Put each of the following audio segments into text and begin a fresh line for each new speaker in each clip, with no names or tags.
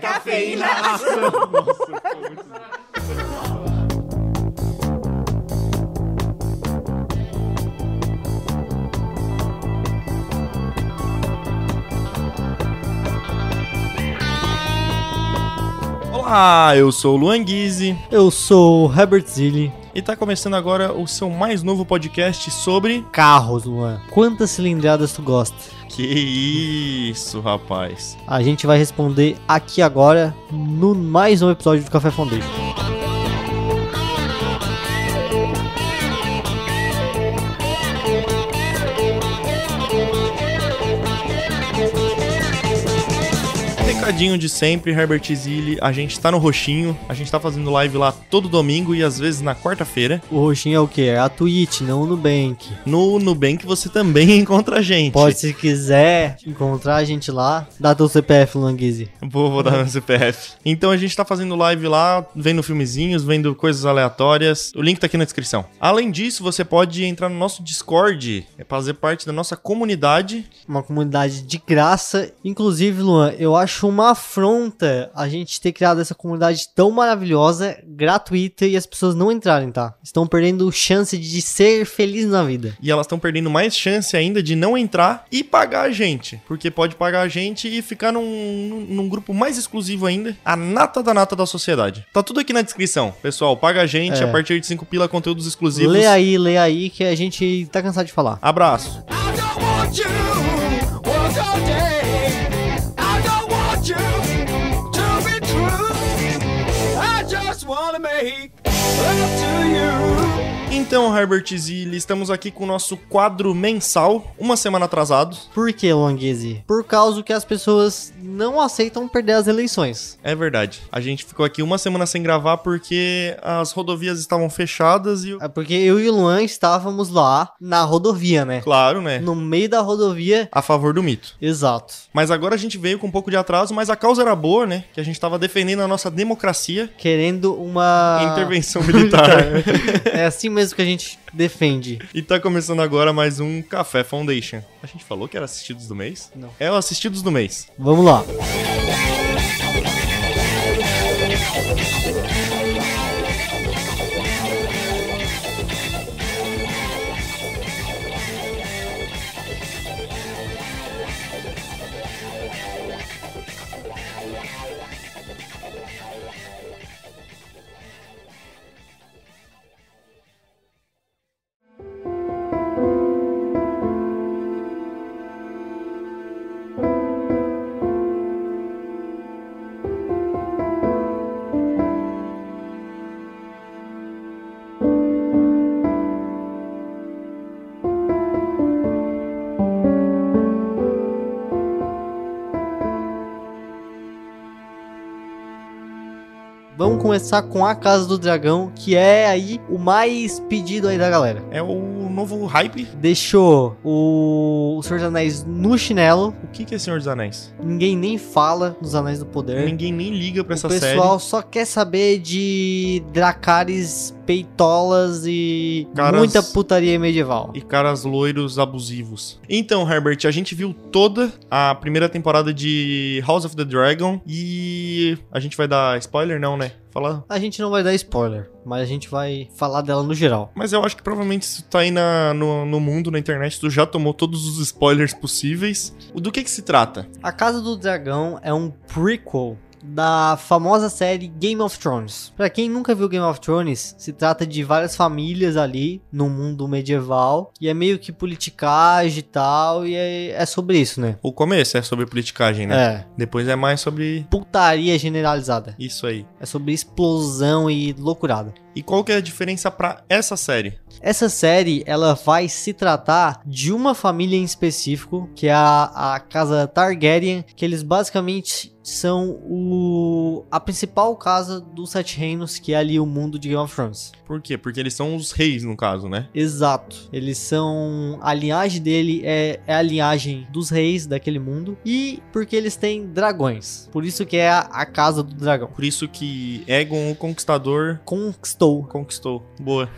cafeína.
Olá, eu sou o Luan Guizzi
Eu sou o Herbert Zilli.
e tá começando agora o seu mais novo podcast sobre.
Carros, Luan. Quantas cilindradas tu gosta?
Que isso, rapaz.
A gente vai responder aqui agora no mais um episódio do Café Foundation.
Recadinho de sempre, Herbert Zilli, a gente tá no Roxinho, a gente tá fazendo live lá todo domingo e às vezes na quarta-feira.
O roxinho é o quê? É a Twitch, não o Nubank.
No Nubank você também encontra a gente.
Pode, se quiser, encontrar a gente lá. Dá teu CPF, Luan Guizzi.
Vou, vou dar meu CPF. Então a gente tá fazendo live lá, vendo filmezinhos, vendo coisas aleatórias. O link tá aqui na descrição. Além disso, você pode entrar no nosso Discord, é fazer parte da nossa comunidade.
Uma comunidade de graça. Inclusive, Luan, eu acho uma afronta a gente ter criado essa comunidade tão maravilhosa, gratuita e as pessoas não entrarem, tá? Estão perdendo chance de ser feliz na vida.
E elas estão perdendo mais chance ainda de não entrar e pagar a gente. Porque pode pagar a gente e ficar num, num grupo mais exclusivo ainda. A nata da nata da sociedade. Tá tudo aqui na descrição. Pessoal, paga a gente
É.
a partir de 5 pila conteúdos exclusivos.
Lê aí, lê aí, que a gente tá cansado de falar.
Abraço.
I don't want you was all day. I don't want you to be true. I just wanna make love to you.
Então, Herbert Zilli, estamos aqui com o nosso quadro mensal, uma semana atrasado.
Por que, Longuese? Por causa que as pessoas não aceitam perder as eleições.
É verdade. A gente ficou aqui uma semana sem gravar porque as rodovias estavam fechadas e.
É porque eu e o Luan estávamos lá na rodovia, né?
Claro, né?
No meio da rodovia.
A favor do mito.
Exato.
Mas agora a gente veio com um pouco de atraso, mas a causa era boa, né? Que a gente tava defendendo a nossa democracia.
Querendo uma.
Intervenção militar.
Ah. é assim mesmo que a gente defende.
E tá começando agora mais um Café Foundation. A gente falou que era assistidos do mês?
Não.
É o assistidos do mês.
Vamos lá. Vamos começar com a Casa do Dragão, que é aí o mais pedido aí da galera.
É o novo hype.
Deixou o, o Senhor dos Anéis no chinelo.
O que que é Senhor dos Anéis?
Ninguém nem fala dos Anéis do Poder.
Ninguém nem liga pra essa
É. o
série.
pessoal só quer saber de Dracares, peitolas e
Caras-
muita putaria medieval.
e caras loiros abusivos. Então, Herbert, a gente viu toda a primeira temporada de House of the Dragon e a gente vai dar spoiler não, né? Falar.
A gente não vai dar spoiler, mas a gente vai falar dela no geral.
Mas eu acho que provavelmente se tu tá aí na- no, no mundo, na internet, tu já tomou todos os spoilers possíveis. O Do que que se trata?
A Casa do Dragão é um prequel da famosa série Game of Thrones. Pra quem nunca viu Game of Thrones, se trata de várias famílias ali no mundo medieval e é meio que politicagem e tal e é, é sobre isso, né?
O começo é sobre politicagem, né?
É.
Depois é mais sobre
Putaria generalizada.
isso aí.
É sobre explosão e loucurada.
E qual que é a diferença pra essa série?
Essa série, ela vai se tratar de uma família em específico, que é a, a casa Targaryen, que eles basicamente são o a principal casa dos Sete Reinos, que é ali o mundo de Game of Thrones.
Por quê? Porque eles são os reis, no caso, né?
Exato. Eles são. A linhagem dele é, é a linhagem dos reis daquele mundo. E porque eles têm dragões. Por isso que é a, a casa do dragão.
Por isso que Egon o Conquistador
Conquistou.
conquistou. Boa.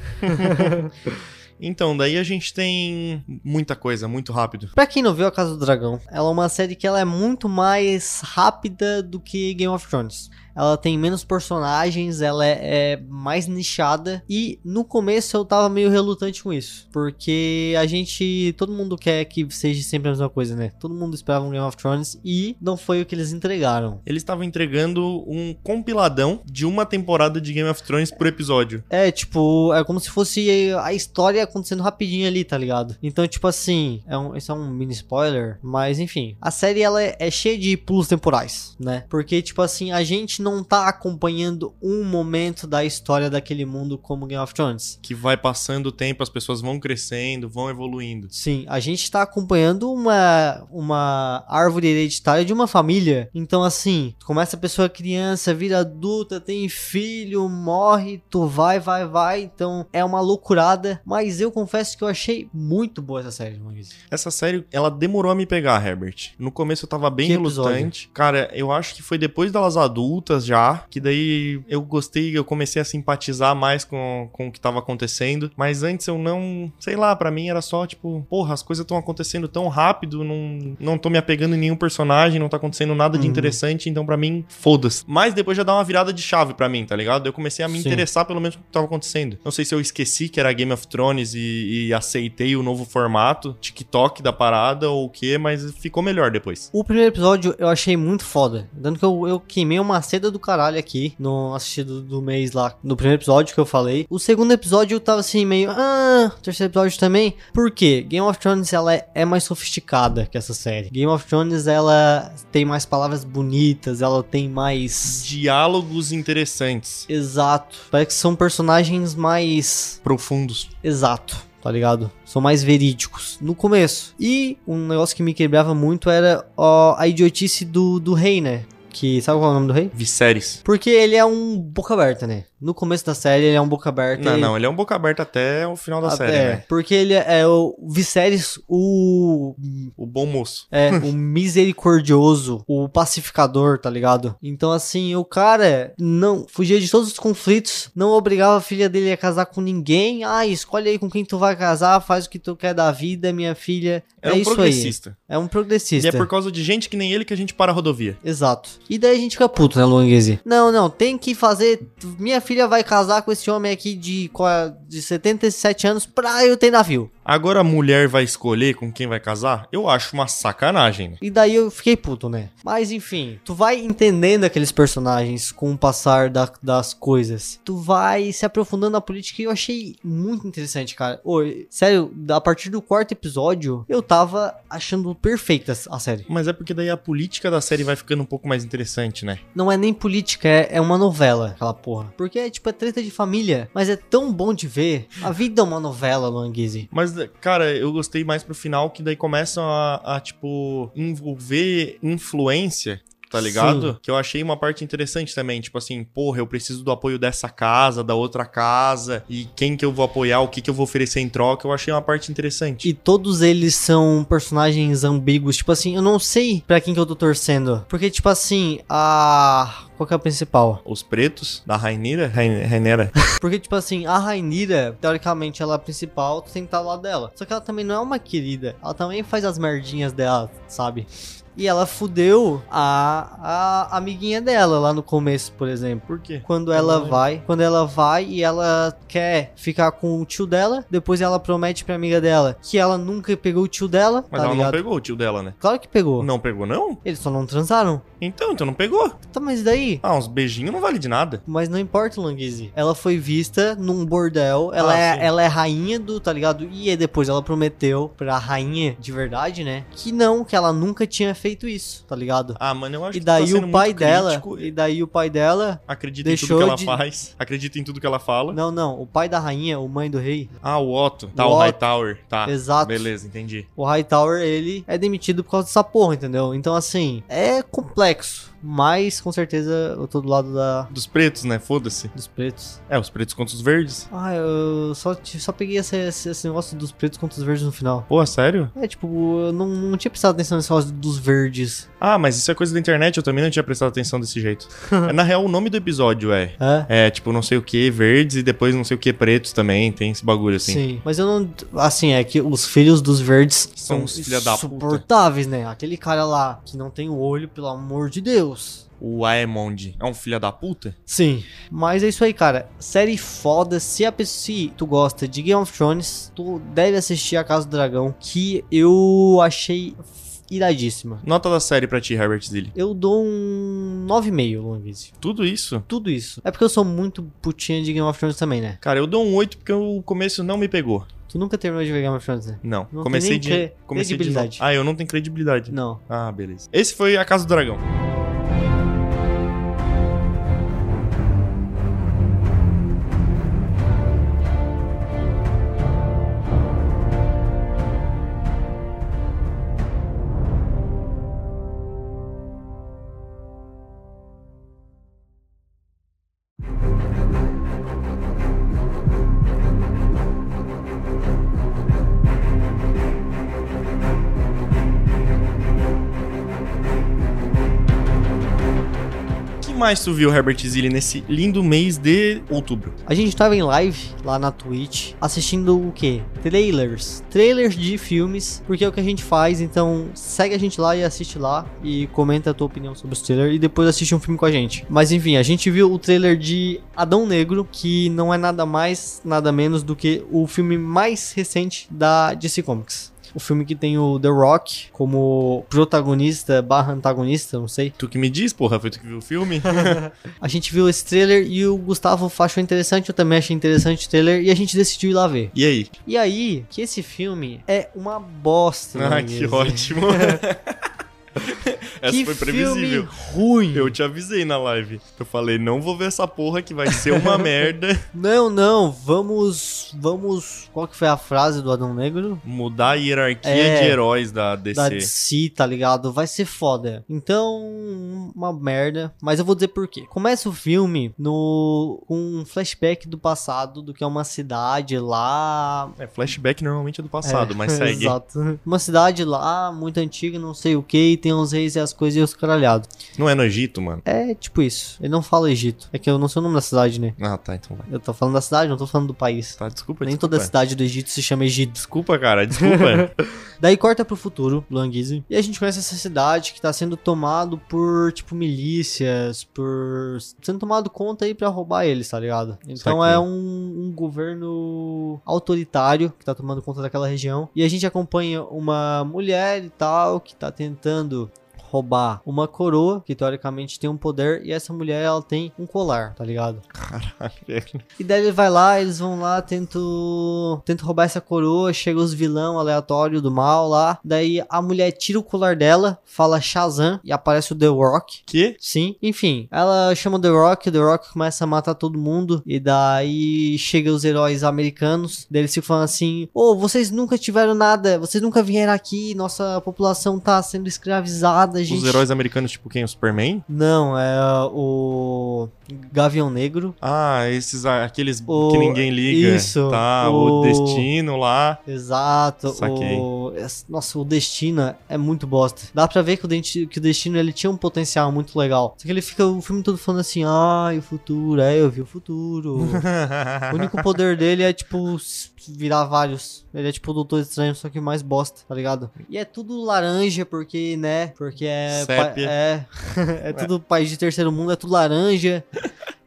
Então, daí a gente tem muita coisa, muito rápido.
Pra quem não viu A Casa do Dragão, ela é uma série que ela é muito mais rápida do que Game of Thrones. Ela tem menos personagens, ela é, é mais nichada. E no começo eu tava meio relutante com isso. Porque a gente. Todo mundo quer que seja sempre a mesma coisa, né? Todo mundo esperava um Game of Thrones e não foi o que eles entregaram.
Eles estavam entregando um compiladão de uma temporada de Game of Thrones por episódio.
É, tipo, é como se fosse a história acontecendo rapidinho ali, tá ligado? Então, tipo assim, é um, esse é um mini spoiler, mas enfim. A série, ela é, é cheia de pulos temporais, né? Porque, tipo assim, a gente não tá acompanhando um momento da história daquele mundo como Game of Thrones.
Que vai passando o tempo, as pessoas vão crescendo, vão evoluindo.
Sim, a gente tá acompanhando uma, uma árvore hereditária de uma família. Então, assim, começa a pessoa criança, vira adulta, tem filho, morre, tu vai, vai, vai. Então, é uma loucurada. Mas eu confesso que eu achei muito boa essa série, Maurício.
Essa série, ela demorou a me pegar, Herbert. No começo eu tava bem
Que
relutante. Cara, eu acho que foi depois delas adultas já, que daí eu gostei, eu comecei a simpatizar mais com, com o que tava acontecendo. Mas antes eu não. Sei lá, pra mim era só tipo, porra, as coisas estão acontecendo tão rápido, não, não tô me apegando em nenhum personagem, não tá acontecendo nada de
Uhum.
interessante, então pra mim, foda-se. Mas depois já dá uma virada de chave pra mim, tá ligado? Eu comecei a me
Sim.
interessar pelo menos o que tava acontecendo. Não sei se eu esqueci que era Game of Thrones e, e aceitei o novo formato, TikTok da parada ou o quê, mas ficou melhor depois.
O primeiro episódio eu achei muito foda. Tanto que eu, eu queimei uma seda do caralho aqui no assistido do mês lá. No primeiro episódio que eu falei. O segundo episódio eu tava assim meio. Ah, terceiro episódio também. Por quê? Game of Thrones ela é, é mais sofisticada que essa série. Game of Thrones ela tem mais palavras bonitas, ela tem mais.
Diálogos interessantes,
Exato. Parece que são personagens mais
profundos.
Exato, tá ligado? São mais verídicos no começo. E um negócio que me quebrava muito era ó, a idiotice do, do rei, né? Que sabe qual é o nome do rei?
Viserys.
Porque ele é um boca aberta, né? No começo da série ele é um boca aberta.
Não,
ele-
não, ele é um boca aberta até o final da
Ah,
série,
é,
né?
Porque ele é o Viserys, o
O bom moço.
é, o misericordioso, o pacificador, tá ligado? Então, assim, o cara não fugia de todos os conflitos, não obrigava a filha dele a casar com ninguém. Ah, escolhe aí com quem tu vai casar, faz o que tu quer da vida, minha filha.
Era
é
um
isso aí.
progressista.
É um progressista.
E é por causa de gente que nem ele que a gente para a rodovia.
Exato. E daí a gente fica puto, né, Luanguese? Não, não, tem que fazer. Minha filha vai casar com esse homem aqui de, qua- de 77 anos pra eu ter navio.
Agora a mulher vai escolher com quem vai casar? Eu acho uma sacanagem, né?
E daí eu fiquei puto, né? Mas enfim, tu vai entendendo aqueles personagens com o passar da- das coisas. Tu vai se aprofundando na política e eu achei muito interessante, cara. Ô, sério, a partir do quarto episódio, eu tava achando perfeita a série.
Mas é porque daí a política da série vai ficando um pouco mais interessante, né?
Não é nem política, é, é uma novela, aquela porra. Porque é tipo, é treta de família, mas é tão bom de ver. A vida é uma novela, Luanguise.
Mas, cara, eu gostei mais pro final, que daí começam a, a, tipo, envolver influência. Tá ligado?
Sim.
Que eu achei uma parte interessante também. Tipo assim, porra, eu preciso do apoio dessa casa, da outra casa, e quem que eu vou apoiar, o que que eu vou oferecer em troca. Eu achei uma parte interessante.
E todos eles são personagens ambíguos. Tipo assim, eu não sei pra quem que eu tô torcendo. Porque, tipo assim, a. Qual que é a principal?
Os pretos da Rainira. Rain- Rainera.
Porque, tipo assim, a Rainira, teoricamente, ela é a principal, tu tem que estar do lado dela. Só que ela também não é uma querida. Ela também faz as merdinhas dela, sabe? E ela fudeu a, a amiguinha dela lá no começo, por exemplo.
Por quê?
Quando ela
Caralho.
vai, quando ela vai e ela quer ficar com o tio dela, depois ela promete pra amiga dela que ela nunca pegou o tio dela,
Mas
tá
ela
ligado?
não pegou o tio dela, né?
Claro que pegou.
Não pegou, não?
Eles só não transaram.
Então, então não pegou.
Tá, mas e daí?
Ah, uns beijinhos não vale de nada.
Mas não importa, Languise. Ela foi vista num bordel. Ela,
Ah, sim.
é, ela é rainha do, tá ligado? E aí depois ela prometeu pra rainha de verdade, né? Que não, que ela nunca tinha feito isso, tá ligado?
Ah, mano, eu acho
E
que tu tá
daí
sendo
o pai
muito
dela.
crítico.
E daí o pai dela.
Acredita em tudo
deixou
que ela
de-
faz. Acredita em tudo que ela fala.
Não, não. O pai da rainha, o mãe do rei.
Ah, o Otto. Tá,
O
o,
Otto.
Hightower. Tá.
Exato.
Beleza, entendi.
O Hightower, ele é demitido por causa dessa porra, entendeu? Então, assim, é complexo. Mas com certeza eu tô do lado da,
Dos pretos, né? Foda-se.
dos pretos.
É, os pretos contra os verdes.
Ah, eu só, te- só peguei esse, esse, esse negócio dos pretos contra os verdes no final.
Porra, sério?
É, tipo, eu não, não tinha prestado atenção nesse negócio dos verdes.
Ah, mas isso é coisa da internet, eu também não tinha prestado atenção desse jeito. É, Na real, o nome do episódio é.
É?
É, tipo, não sei o que, verdes e depois não sei o que, pretos também, tem esse bagulho assim.
Sim. Mas eu não. Assim, é que os filhos dos verdes
São
são
os filha da puta.
insuportáveis, né? Aquele cara lá que não tem o olho, pelo amor de Deus.
O Aemond é um filho da puta?
Sim. Mas é isso aí, cara. Série foda. Se, a, pe- se tu gosta de Game of Thrones, tu deve assistir A Casa do Dragão, que eu achei iradíssima.
Nota da série pra ti, Herbert Zilli.
Eu dou um 9,5, Longuizio.
Tudo isso?
Tudo isso. É porque eu sou muito putinha de Game of Thrones também, né?
Cara, eu dou um 8 porque o começo não me pegou.
Tu nunca terminou de ver Game of Thrones, né?
Não.
Não
comecei
tem nem
de.
cre-
Comecei
credibilidade.
De... Ah, eu não tenho credibilidade.
Não.
Ah, beleza. Esse foi A Casa do Dragão. O que mais tu viu, Herbert Zilli, nesse lindo mês de outubro?
A gente tava em live lá na Twitch assistindo o quê? Trailers. Trailers de filmes, porque é o que a gente faz, então segue a gente lá e assiste lá e comenta a tua opinião sobre os trailers e depois assiste um filme com a gente. Mas enfim, a gente viu o trailer de Adão Negro, que não é nada mais, nada menos do que o filme mais recente da DC Comics. O filme que tem o The Rock como protagonista barra antagonista, não sei.
Tu que me diz, porra, foi tu que viu o filme?
A gente viu esse trailer e o Gustavo achou interessante, eu também achei interessante o trailer e a gente decidiu ir lá ver.
e aí?
E aí, que esse filme é uma bosta.
Ah,
né,
que
mesmo?
ótimo. Essa
que
foi previsível.
Filme ruim.
Eu te avisei na live. Eu falei, não vou ver essa porra que vai ser uma merda.
Não, não, vamos, vamos, qual que foi a frase do Adão Negro?
Mudar a hierarquia
É.
de heróis da É, DC.
Da DC, tá ligado? Vai ser foda. Então, uma merda. Mas eu vou dizer por quê. Começa o filme no com um flashback do passado, do que é uma cidade lá
É, flashback normalmente é do passado,
É,
mas segue.
Exato. Uma cidade lá, muito antiga, não sei o que, e tem uns reis e as coisas e os caralhados.
Não é no Egito, mano?
É tipo isso. Ele não fala Egito. É que eu não sei o nome da cidade, né?
Ah, tá, então vai.
Eu tô falando da cidade, não tô falando do país.
Tá, desculpa,
Nem
desculpa.
toda cidade do Egito se chama Egito.
Desculpa, cara, desculpa.
Daí corta pro futuro, Languise. E a gente conhece essa cidade que tá sendo tomado por, tipo, milícias, por. sendo tomado conta aí pra roubar eles, tá ligado? Então
Saquei.
é um, um governo autoritário que tá tomando conta daquela região. E a gente acompanha uma mulher e tal que tá tentando roubar uma coroa que teoricamente tem um poder e essa mulher ela tem um colar, tá ligado? E daí ele vai lá, eles vão lá, tentam tentam roubar essa coroa, chega os vilão aleatório do mal lá. Daí a mulher tira o colar dela, fala Shazam e aparece o The Rock.
que?
Sim, enfim, ela chama o The Rock, o The Rock começa a matar todo mundo, e daí chega os heróis americanos, daí eles ficam falando assim, ô, vocês nunca tiveram nada, vocês nunca vieram aqui, nossa população tá sendo escravizada, a gente...
Os heróis americanos, tipo quem? O Superman?
Não, é o Gavião Negro,
Ah, esses ah, aqueles
O-
que ninguém liga.
isso,
Tá, o,
o-
Destino lá.
Exato.
Saquei.
O... es- Nossa, o Destino é muito bosta. Dá pra ver que o, Denti- que o Destino ele tinha um potencial muito legal. Só que ele fica o filme todo falando assim, ai, o futuro, é, eu vi o futuro. o único poder dele é, tipo, s- virar vários. Ele é tipo o Doutor Estranho, só que mais bosta, tá ligado? E é tudo laranja, porque, né? Porque é... pa-
Sépia.
É, é tudo país de terceiro mundo, é tudo laranja.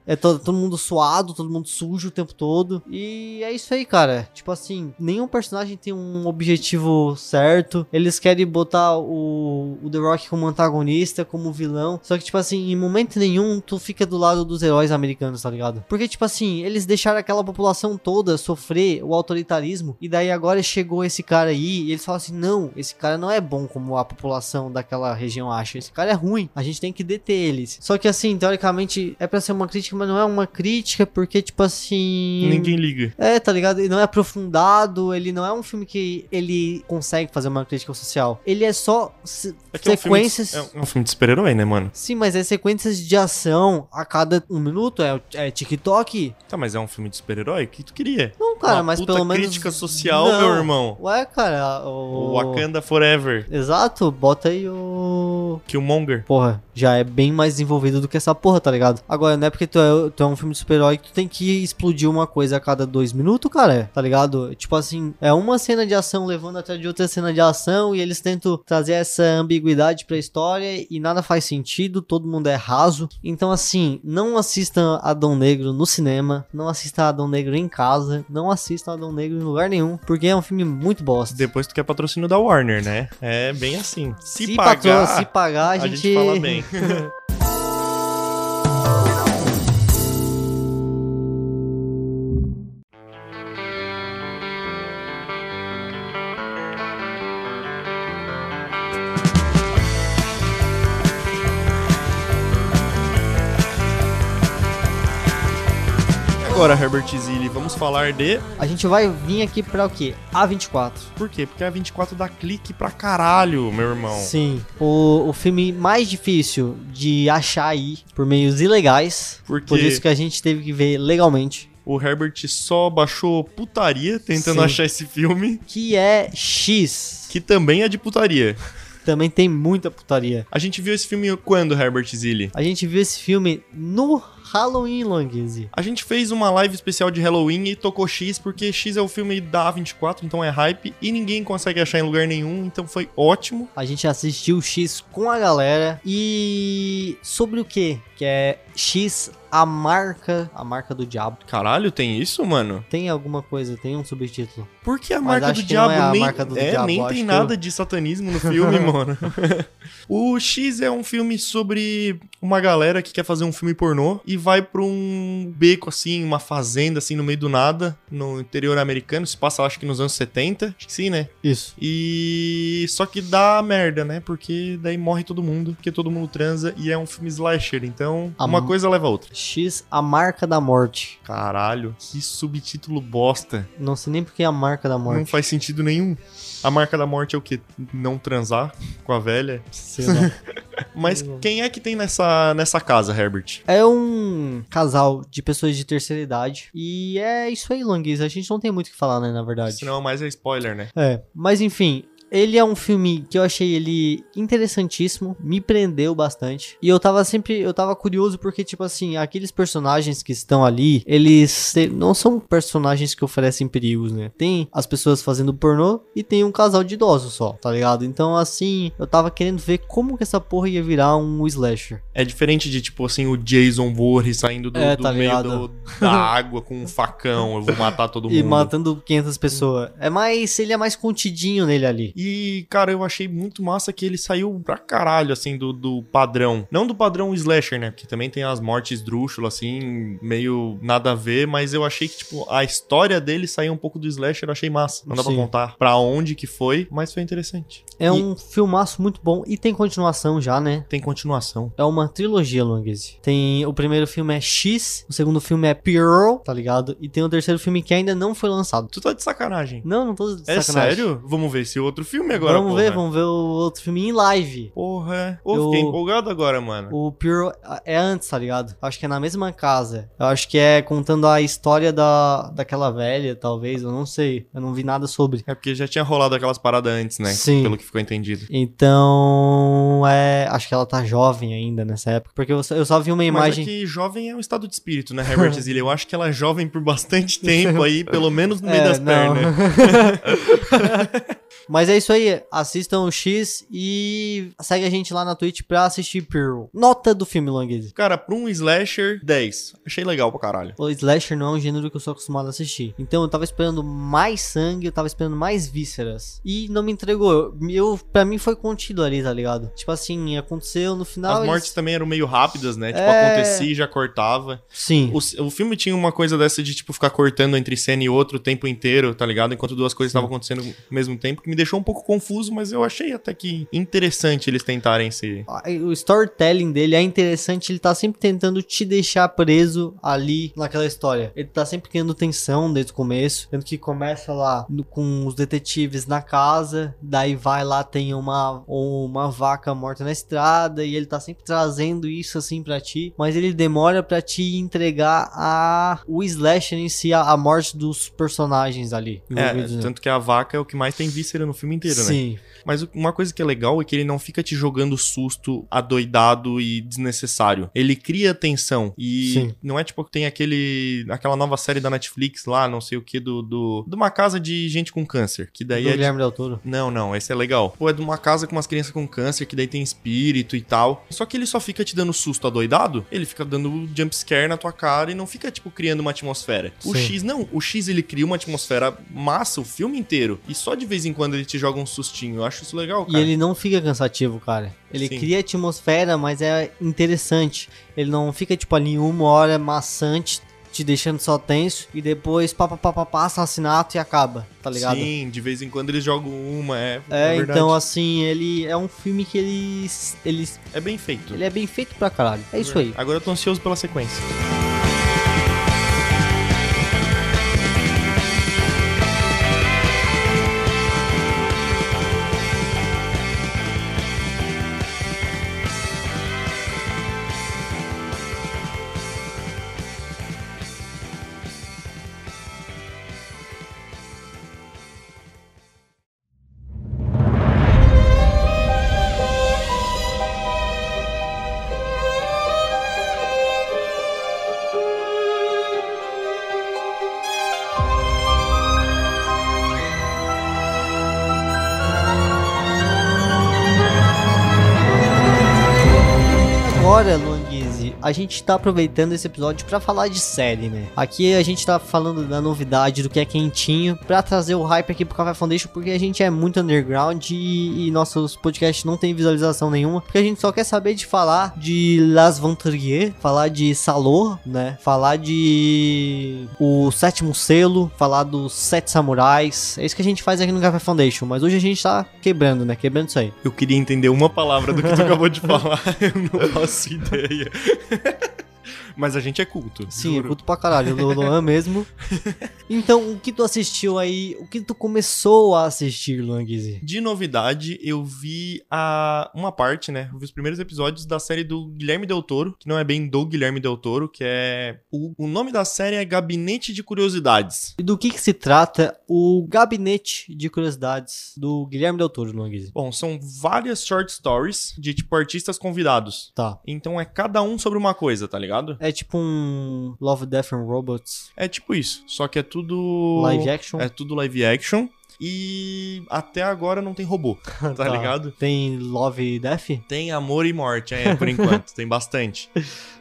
É todo, todo mundo suado, todo mundo sujo o tempo todo. E é isso aí, cara. Tipo assim, nenhum personagem tem um objetivo certo. Eles querem botar o, o The Rock como antagonista, como vilão. Só que, tipo assim, em momento nenhum tu fica do lado dos heróis americanos, tá ligado? Porque, tipo assim, eles deixaram aquela população toda sofrer o autoritarismo. E daí agora chegou esse cara aí e eles falam assim: não, esse cara não é bom como a população daquela região acha. Esse cara é ruim. A gente tem que deter eles. Só que, assim, teoricamente, é pra ser uma crítica crítica, mas não é uma crítica, porque, tipo assim.
Ninguém liga.
É, tá ligado? Ele não é aprofundado, ele não é um filme que ele consegue fazer uma crítica social. Ele é só se-
É que é um filme de-
sequências.
é um filme de super-herói, né, mano?
Sim, mas é sequências de ação a cada um minuto, é, é TikTok.
Tá, mas é um filme de super-herói? O que tu queria?
Não, cara,
Uma
mas
puta
pelo menos.
crítica social,
Não. Oh.
meu irmão.
Ué, cara, o.
O Wakanda Forever.
Exato, bota aí o.
Killmonger.
Porra, já é bem mais desenvolvido do que essa porra, tá ligado? Agora, não é porque tu é, tu é um filme de super-herói que tu tem que explodir uma coisa a cada dois minutos, cara, tá ligado? Tipo assim, é uma cena de ação levando atrás de outra cena de ação e eles tentam trazer essa ambiguidade pra história e nada faz sentido, todo mundo é raso. Então, assim, não assistam Adão Negro no cinema, não assista Adão Negro em casa, não assista Adão Negro em lugar nenhum, porque é um filme muito bosta.
Depois tu quer patrocínio da Warner, né? É bem assim. Se, pagar,
patrão- se pagar, a
a
gente...
gente fala bem. E Agora, Herbert Zilli, vamos falar de.
A gente vai vir aqui pra o quê? A24.
Por quê? Porque é a 24 dá clique pra caralho, meu irmão.
Sim. O, o filme mais difícil de achar aí por meios ilegais.
Porque
Por isso que a gente teve que ver legalmente.
o Herbert só baixou putaria tentando
Sim.
achar esse filme,
Que é X.
que também é de putaria.
Também tem muita putaria.
A gente viu esse filme quando, Herbert Zilli?
A gente viu esse filme no Halloween, Longuese.
A gente fez uma live especial de Halloween e tocou X, porque X é o filme da A24, então é hype, e ninguém consegue achar em lugar nenhum, então foi ótimo.
A gente assistiu X com a galera. E sobre o que? Que é X, a marca. A marca do diabo.
Caralho, tem isso, mano?
Tem alguma coisa, tem um subtítulo.
Por que a
Mas
marca
acho
do
que não
diabo
é a
nem,
marca do
é,
diabo,
nem
acho
tem
que
nada de satanismo no filme, mano? O X é um filme sobre uma galera que quer fazer um filme pornô e vai pra um beco, assim, uma fazenda, assim, no meio do nada, no interior americano. Se passa, acho que nos anos 70. Acho que sim, né?
Isso.
E só que dá merda, né? Porque daí morre todo mundo, porque todo mundo transa e é um filme slasher. Então,
Ah,
uma
mano.
coisa leva a outra.
X, a marca da morte.
Caralho, que subtítulo bosta.
Não sei nem porque é a marca da
Não
morte.
faz sentido nenhum. A marca da morte é o quê? Não transar com a velha?
Sei lá.
Mas
Não.
quem é que tem nessa, nessa casa, Herbert?
é um casal de pessoas de terceira idade. E é isso aí, Longuiz. A gente não tem muito o que falar, né, na verdade.
Senão mais é spoiler, né?
É, mas enfim. Ele é um filme que eu achei ele interessantíssimo, me prendeu bastante. E eu tava sempre, eu tava curioso porque tipo assim, aqueles personagens que estão ali, eles se- não são personagens que oferecem perigos, né? Tem as pessoas fazendo pornô e tem um casal de idosos só, tá ligado? Então assim, eu tava querendo ver como que essa porra ia virar um slasher.
É diferente de, tipo assim, o Jason Voorhees saindo do,
É,
do
tá
meio
ligado.
do- da água com um facão. Eu vou matar todo mundo.
E matando 500 pessoas. É mais, ele é mais contidinho nele ali.
E, cara, eu achei muito massa que ele saiu pra caralho, assim, do, do padrão. Não do padrão slasher, né? Porque também tem as mortes drúxulas, assim, meio nada a ver. Mas eu achei que, tipo, a história dele saiu um pouco do slasher, eu achei massa. Não dá
Sim.
pra contar pra onde que foi, mas foi interessante.
É
E
um filmaço muito bom e tem continuação já, né?
Tem continuação.
É uma trilogia, Longuese. Tem o primeiro filme é X, o segundo filme é Pearl, tá ligado? E tem o terceiro filme que ainda não foi lançado.
Tu tá de sacanagem.
Não, não tô de
É
sacanagem.
sério? Vamos ver esse outro filme agora,
vamos
porra.
ver, vamos ver o outro filme em live.
Porra. é. Ô,
Eu-
fiquei empolgado agora, mano.
O Pearl é antes, tá ligado? Eu acho que é na mesma casa. Eu acho que é contando a história da, daquela velha, talvez, eu não sei. Eu não vi nada sobre.
É porque já tinha rolado aquelas paradas antes, né?
Sim.
Pelo que ficou entendido.
Então, é. Acho que ela tá jovem ainda nessa época. Porque eu só, eu só vi uma imagem.
Mas é que jovem é um estado de espírito, né, Herbert Zilli? Eu acho que ela é jovem por bastante tempo aí, pelo menos no meio
É,
das
não.
pernas.
Mas é isso aí, assistam o X e segue a gente lá na Twitch pra assistir Pearl. Nota do filme, Longuese.
Cara, pra um slasher, 10. Achei legal pra caralho.
O slasher não é um gênero que eu sou acostumado a assistir. Então eu tava esperando mais sangue, eu tava esperando mais vísceras. E não me entregou. Eu, eu pra mim foi contido ali, tá ligado? Tipo assim, aconteceu no final.
As
eles-
mortes também eram meio rápidas, né? Tipo,
É.
acontecia e já cortava.
Sim.
O, o filme tinha uma coisa dessa de, tipo, ficar cortando entre cena e outra o tempo inteiro, tá ligado? Enquanto duas coisas estavam acontecendo ao mesmo tempo. que me deixou um pouco confuso, mas eu achei até que interessante eles tentarem se.
O storytelling dele é interessante, ele tá sempre tentando te deixar preso ali naquela história. Ele tá sempre criando tensão desde o começo, tanto que começa lá no- com os detetives na casa, daí vai lá tem uma uma vaca morta na estrada e ele tá sempre trazendo isso assim pra ti, mas ele demora pra te entregar a o slasher em si, a, a morte dos personagens ali.
É,
envolvidos, né?
tanto que a vaca é o que mais tem víscera no filme inteiro, né?
Sim.
Mas o- uma coisa que é legal é que ele não fica te jogando susto adoidado e desnecessário. Ele cria tensão. E
Sim.
não é tipo que tem aquele aquela nova série da Netflix lá, não sei o que, do, do de uma casa de gente com câncer. Que daí
do
é de-
Guilherme Del Toro.
Não, não, esse é legal. Pô, é de uma casa com umas crianças com câncer, que daí tem espírito e tal. Só que ele só fica te dando susto adoidado, ele fica dando jump scare na tua cara e não fica, tipo, criando uma atmosfera. O
Sim.
X não, o X ele cria uma atmosfera massa o filme inteiro. E só de vez em quando ele te joga um sustinho. Eu acho isso legal,
E
cara.
ele não fica cansativo, cara. Ele
Sim.
cria atmosfera, mas é interessante. Ele não fica, tipo, ali uma hora maçante, te deixando só tenso, e depois pá, pá, pá, pá, pá, assassinato e acaba, tá ligado?
Sim, de vez em quando eles jogam uma, é.
É,
verdade.
então assim, ele é um filme que ele, ele,
É bem feito.
ele é bem feito pra caralho. É isso aí.
Agora eu tô ansioso pela sequência.
Agora, Luanguise, a gente tá aproveitando esse episódio pra falar de série, né? Aqui a gente tá falando da novidade, do que é quentinho, pra trazer o hype aqui pro Café Foundation, porque a gente é muito underground e, e nossos podcasts não tem visualização nenhuma, porque a gente só quer saber de falar de Las Venturier, falar de Salor, né? Falar de o Sétimo Selo, falar dos Sete Samurais. É isso que a gente faz aqui no Café Foundation, mas hoje a gente tá quebrando, né? Quebrando isso aí.
Eu queria entender uma palavra do que tu acabou de falar. Eu não faço ideia. Mas a gente é culto.
Sim, eu
juro.
curto pra caralho, o Luan mesmo. Então, o que tu assistiu aí? O que tu começou a assistir, Luan Guizzi?
De novidade, eu vi a uma parte, né? Eu vi os primeiros episódios da série do Guilherme Del Toro, que não é bem do Guilherme Del Toro, que é. O, o nome da série é Gabinete de Curiosidades.
E do que, que se trata o Gabinete de Curiosidades do Guilherme Del Toro, Luan Guizzi?
Bom, são várias short stories de, tipo, artistas convidados.
Tá.
Então é cada um sobre uma coisa, tá ligado?
É tipo um Love, Death and Robots
É tipo isso. Só que é tudo.
live action.
É tudo live action. E até agora não tem robô, tá,
Tá.
ligado?
Tem Love e Death?
Tem amor e morte, é, por enquanto. tem bastante.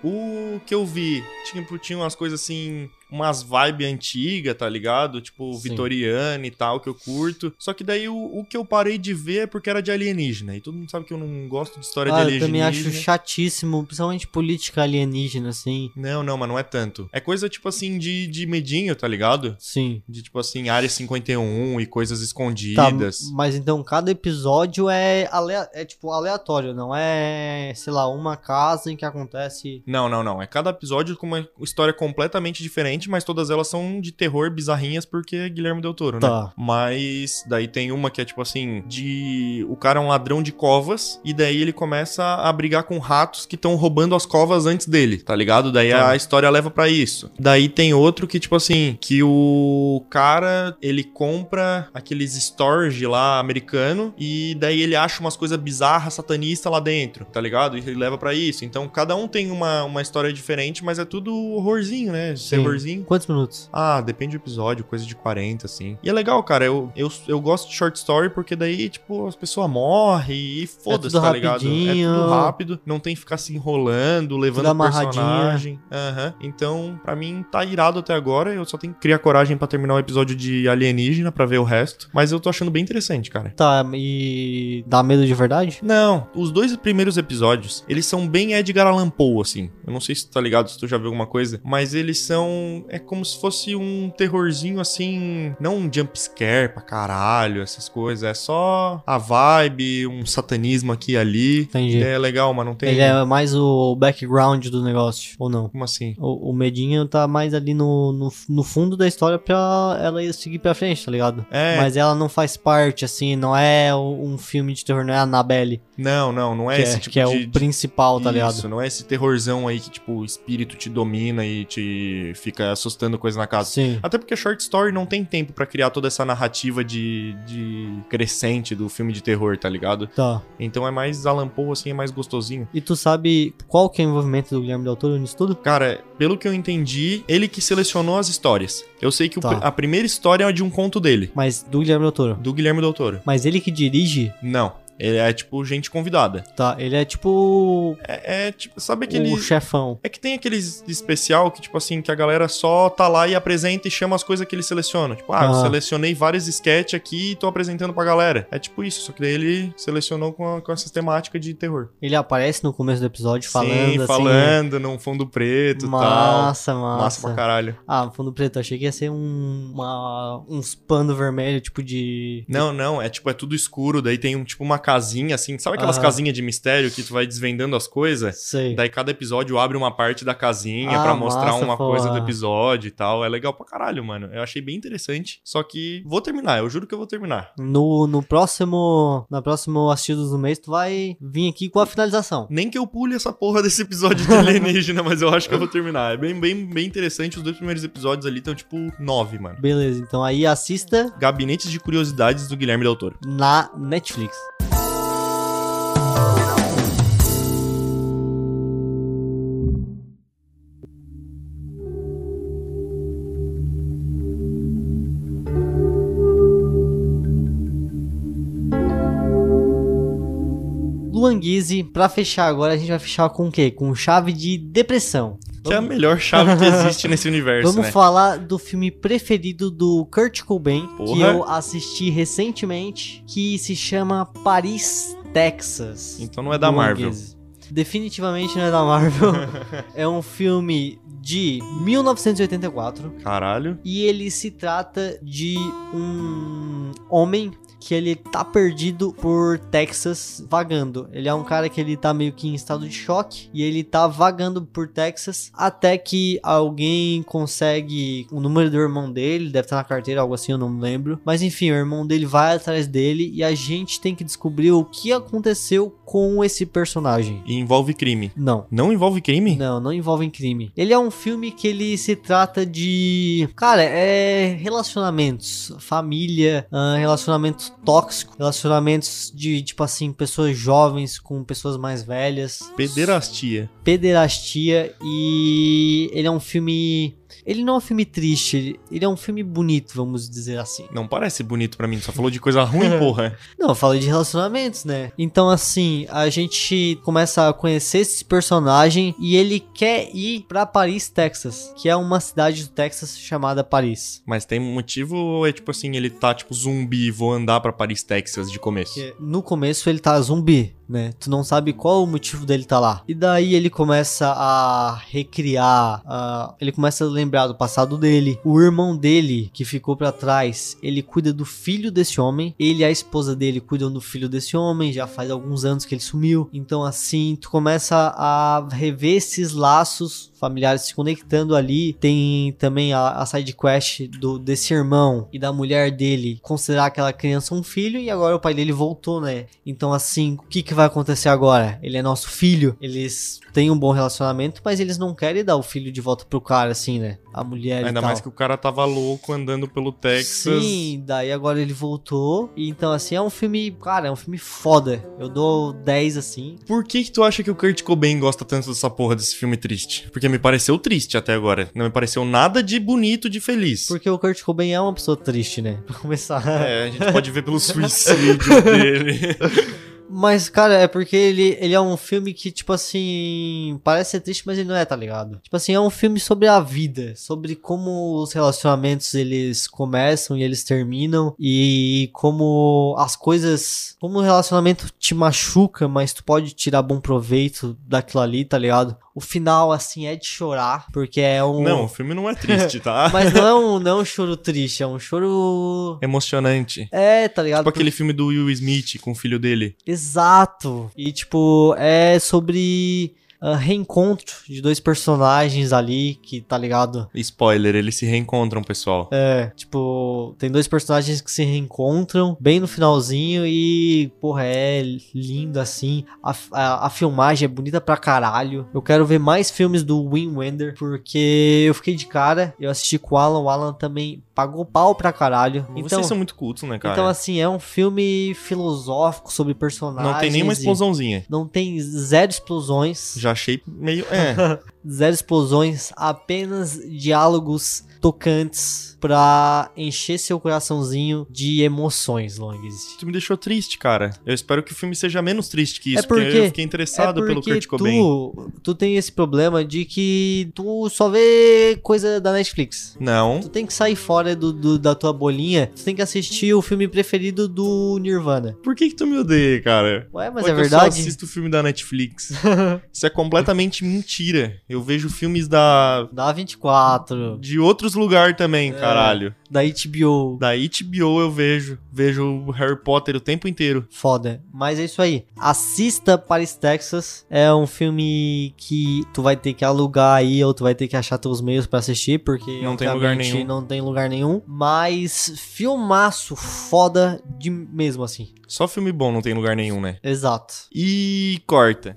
O que eu vi, tipo, tinha umas coisas assim, umas vibes antigas, tá ligado? Tipo,
Sim.
vitoriana e tal, que eu curto. Só que daí o, o que eu parei de ver é porque era de alienígena. E todo mundo sabe que eu não gosto de história de
Ah, eu
alienígena.
também acho chatíssimo, principalmente política alienígena, assim.
Não, não, mas não é tanto. É coisa, tipo assim, de, de medinho, tá ligado?
Sim.
De, tipo assim, área 51 e coisas
Tá,
escondidas.
mas então cada episódio é, alea- é tipo aleatório, não é, sei lá, uma casa em que acontece.
Não, não, não. É cada episódio com uma história completamente diferente, mas todas elas são de terror, bizarrinhas, porque é Guilherme Del Toro, né?
Tá.
Mas daí tem uma que é tipo assim, de o cara é um ladrão de covas e daí ele começa a brigar com ratos que estão roubando as covas antes dele, tá ligado? Daí
Tá.
a história leva pra isso. Daí tem outro que tipo assim, que o cara, ele compra aqueles storage lá americano e daí ele acha umas coisas bizarras, satanista lá dentro, tá ligado? E ele leva pra isso. Então cada um tem uma, uma história diferente, mas é tudo horrorzinho, né?
Sim.
Terrorzinho.
Quantos minutos?
Ah, depende do episódio, coisa de 40, assim. E é legal, cara. Eu, eu, eu gosto de short story porque daí, tipo, as pessoas morrem e foda-se,
É tudo
tá ligado? É
rapidinho.
tudo rápido, não tem que ficar se enrolando, levando o
amarradinho.
personagem. Aham. Então, pra mim, tá irado até agora. Eu só tenho que criar coragem pra terminar o episódio de Alienígena pra ver o resto. Mas eu tô achando bem interessante, cara.
Tá, e dá medo de verdade?
Não, os dois primeiros episódios, eles são bem Edgar Allan Poe, assim. Eu não sei se tu tá ligado, se tu já viu alguma coisa, mas eles são um. É como se fosse um terrorzinho assim. Não um jumpscare pra caralho, essas coisas. É só a vibe, um satanismo aqui e ali.
Entendi.
É legal, mas não tem.
Ele é mais o background do negócio, ou não?
Como assim?
O, o medinho tá mais ali no, no, no fundo da história pra ela ir seguir pra frente, tá ligado?
É.
Mas ela não faz parte, assim, não é o- um filme de terror, não é a Annabelle,
Não, não, não é
que, é,
esse tipo
que é
de.
o principal, tá
Isso,
ligado?
não é esse terrorzão aí que, tipo, o espírito te domina e te fica assustando coisa na casa.
Sim.
Até porque short story não tem tempo pra criar toda essa narrativa de, de crescente do filme de terror, tá ligado?
Tá.
Então é mais Alan Poe, assim, é mais gostosinho.
E tu sabe qual que é o envolvimento do Guilherme Del Toro nisso tudo?
Cara, pelo que eu entendi, ele que selecionou as histórias. Eu sei que o
Tá.
pr- a primeira história é de um conto dele,
Mas do Guilherme Del Toro.
do Guilherme Del Toro.
Mas ele que dirige,
Não, ele é tipo gente convidada.
tá? Ele é tipo
É, é, tipo, sabe aquele...
o chefão.
É que tem aqueles especial que, tipo assim, que a galera só tá lá e apresenta e chama as coisas que ele seleciona. Tipo, ah, eu
Aham.
selecionei vários sketches aqui e tô apresentando pra galera. É tipo isso, só que daí ele selecionou com, a- com essa temática de terror.
Ele aparece no começo do episódio falando
Sim,
assim.
falando num fundo preto e tal.
Massa, massa.
Massa pra caralho.
Ah, fundo preto, achei que ia ser um, uma, uns pano vermelho, tipo de.
Não, não, é tipo, é tudo escuro, daí tem um, tipo uma casinha assim, sabe aquelas
Aham.
casinhas de mistério que tu vai desvendando as coisas?
Sei.
Daí cada episódio abre uma parte da casinha
Ah,
pra mostrar
massa,
uma
pô.
coisa do episódio e tal. É legal pra caralho, mano. Eu achei bem interessante. Só que vou terminar, eu juro que eu vou terminar.
No, no próximo. Na próximo Assistidos do Mês, tu vai vir aqui com a finalização.
Nem que eu pule essa porra desse episódio de alienígena, mas eu acho que eu vou terminar. É bem, bem, bem interessante. Os dois primeiros episódios ali estão tipo nove, mano.
Beleza, então aí assista
Gabinetes de Curiosidades do Guilherme Del Toro.
na Netflix. Luanguise, pra fechar agora, a gente vai fechar com o quê? Com chave de depressão.
Que é a melhor chave que existe nesse universo,
Vamos
né?
falar do filme preferido do Kurt Cobain, que
Porra.
eu assisti recentemente, que se chama Paris, Texas.
Então não é da
do
Marvel.
Languese. Definitivamente não é da Marvel. é um filme de 1984
Caralho.
e ele se trata de um homem que ele tá perdido por Texas vagando. Ele é um cara que ele tá meio que em estado de choque e ele tá vagando por Texas até que alguém consegue o número do irmão dele, deve estar na carteira, algo assim, eu não lembro. Mas enfim, o irmão dele vai atrás dele e a gente tem que descobrir o que aconteceu com esse personagem.
E envolve crime.
Não.
Não envolve crime?
Não, não envolve crime. Ele é um filme que ele se trata de. Cara, é relacionamentos. Família, ah, relacionamento tóxico, relacionamentos de, tipo assim, pessoas jovens com pessoas mais velhas.
Pederastia.
Pederastia. E ele é um filme. Ele não é um filme triste, ele- ele é um filme bonito, vamos dizer assim.
Não parece bonito pra mim, só falou de coisa ruim, porra.
Não, eu falei de relacionamentos, né? Então, assim, a gente começa a conhecer esse personagem e ele quer ir pra Paris, Texas, que é uma cidade do Texas chamada Paris.
Mas tem motivo ou é tipo assim, ele tá tipo zumbi, vou andar pra Paris, Texas de começo?
Que No começo ele tá zumbi, né? Tu não sabe qual o motivo dele tá lá. E daí ele começa a recriar, a- ele começa a lembrar do passado dele. O irmão dele, que ficou pra trás, ele cuida do filho desse homem. Ele e a esposa dele cuidam do filho desse homem, já faz alguns anos que ele sumiu. Então assim, tu começa a rever esses laços familiares se conectando ali. Tem também a, a side quest do desse irmão e da mulher dele considerar aquela criança um filho e agora o pai dele voltou, né? Então assim, o que que vai acontecer agora? Ele é nosso filho. Eles têm um bom relacionamento, mas eles não querem dar o filho de volta pro cara assim, né? A mulher
Ainda
e tal.
mais que o cara tava louco andando pelo Texas.
Sim, daí agora ele voltou. E Então, assim, é um filme. Cara, é um filme foda. Eu dou 10 assim.
Por que que tu acha que o Kurt Cobain gosta tanto dessa porra desse filme triste? Porque me pareceu triste até agora. Não me pareceu nada de bonito, de feliz.
Porque o Kurt Cobain é uma pessoa triste, né? Pra começar.
É, a gente pode ver pelo suicídio dele.
Mas, cara, é porque ele, ele é um filme que, tipo assim, parece ser triste, mas ele não é, tá ligado? Tipo assim, é um filme sobre a vida, sobre como os relacionamentos eles começam e eles terminam e como as coisas, como o relacionamento te machuca, mas tu pode tirar bom proveito daquilo ali, tá ligado? O final, assim, é de chorar, porque é um...
Não, o filme não é triste, tá?
Mas não é um, não é um choro triste, é um choro...
Emocionante.
É, tá ligado?
Tipo aquele filme do Will Smith com o filho dele.
Exato. E tipo, é sobre ah, reencontro de dois personagens ali que tá ligado.
Spoiler, eles se reencontram, pessoal.
É, tipo, tem dois personagens que se reencontram bem no finalzinho e, porra, é lindo assim. A, a, a filmagem é bonita pra caralho. Eu quero ver mais filmes do Wim Wender porque eu fiquei de cara. Eu assisti com o Alan, o Alan também pagou pau pra caralho. Então,
Vocês são muito cultos, né, cara?
então assim, é um filme filosófico sobre personagens.
não tem nenhuma
e-
explosãozinha.
Não tem zero explosões.
Já achei meio. É.
Zero explosões, apenas diálogos tocantes pra encher seu coraçãozinho de emoções, Longs.
Isso me deixou triste, cara. Eu espero que o filme seja menos triste que isso,
É porque- é
eu fiquei interessado pelo Kurt Cobain.
tu, tu tem esse problema de que tu só vê coisa da Netflix.
Não.
Tu tem que sair fora do, do- da tua bolinha, tu tem que assistir o filme preferido do Nirvana.
Por que, que tu me odeia, cara?
Ué, mas
Pô,
é
que Eu então só
verdade?
assisto filme da Netflix. Isso é completamente mentira. Eu vejo filmes da
Da 24,
de outros lugares também,
É.
caralho.
da HBO,
Da HBO eu vejo. Vejo Harry Potter o tempo inteiro.
Foda. Mas é isso aí. Assista Paris, Texas. É um filme que tu vai ter que alugar aí ou tu vai ter que achar teus meios pra assistir, porque
Não tem lugar
obviamente,
nenhum.
Não tem lugar nenhum. Mas filmaço foda de mesmo assim.
Só filme bom não tem lugar nenhum, né?
Exato.
E corta.